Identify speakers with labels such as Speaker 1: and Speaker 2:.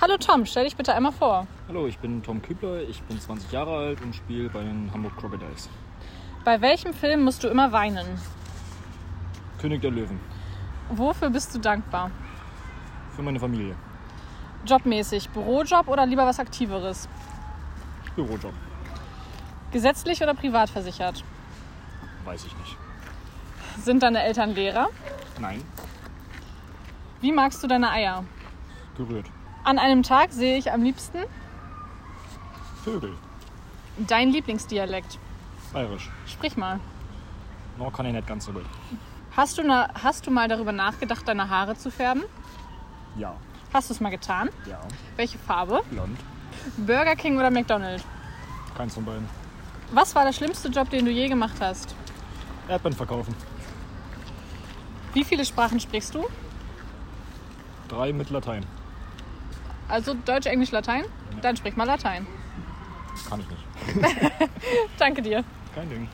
Speaker 1: Hallo Tom, stell dich bitte einmal vor.
Speaker 2: Hallo, ich bin Tom Kübler, ich bin 20 Jahre alt und spiele bei den Hamburg Crocodiles.
Speaker 1: Bei welchem Film musst du immer weinen?
Speaker 2: König der Löwen.
Speaker 1: Wofür bist du dankbar?
Speaker 2: Für meine Familie.
Speaker 1: Jobmäßig, Bürojob oder lieber was Aktiveres?
Speaker 2: Bürojob.
Speaker 1: Gesetzlich oder privat versichert?
Speaker 2: Weiß ich nicht.
Speaker 1: Sind deine Eltern Lehrer?
Speaker 2: Nein.
Speaker 1: Wie magst du deine Eier?
Speaker 2: Gerührt.
Speaker 1: An einem Tag sehe ich am liebsten
Speaker 2: Vögel.
Speaker 1: deinen Lieblingsdialekt.
Speaker 2: Bayerisch.
Speaker 1: Sprich mal.
Speaker 2: Noch kann ich nicht ganz so gut.
Speaker 1: Hast du, na, hast du mal darüber nachgedacht, deine Haare zu färben?
Speaker 2: Ja.
Speaker 1: Hast du es mal getan?
Speaker 2: Ja.
Speaker 1: Welche Farbe?
Speaker 2: Blond.
Speaker 1: Burger King oder McDonald's?
Speaker 2: Keins von beiden.
Speaker 1: Was war der schlimmste Job, den du je gemacht hast?
Speaker 2: Erdbeeren verkaufen.
Speaker 1: Wie viele Sprachen sprichst du?
Speaker 2: Drei mit Latein.
Speaker 1: Also Deutsch, Englisch, Latein? Dann sprich mal Latein.
Speaker 2: Kann ich nicht.
Speaker 1: Danke dir.
Speaker 2: Kein Ding.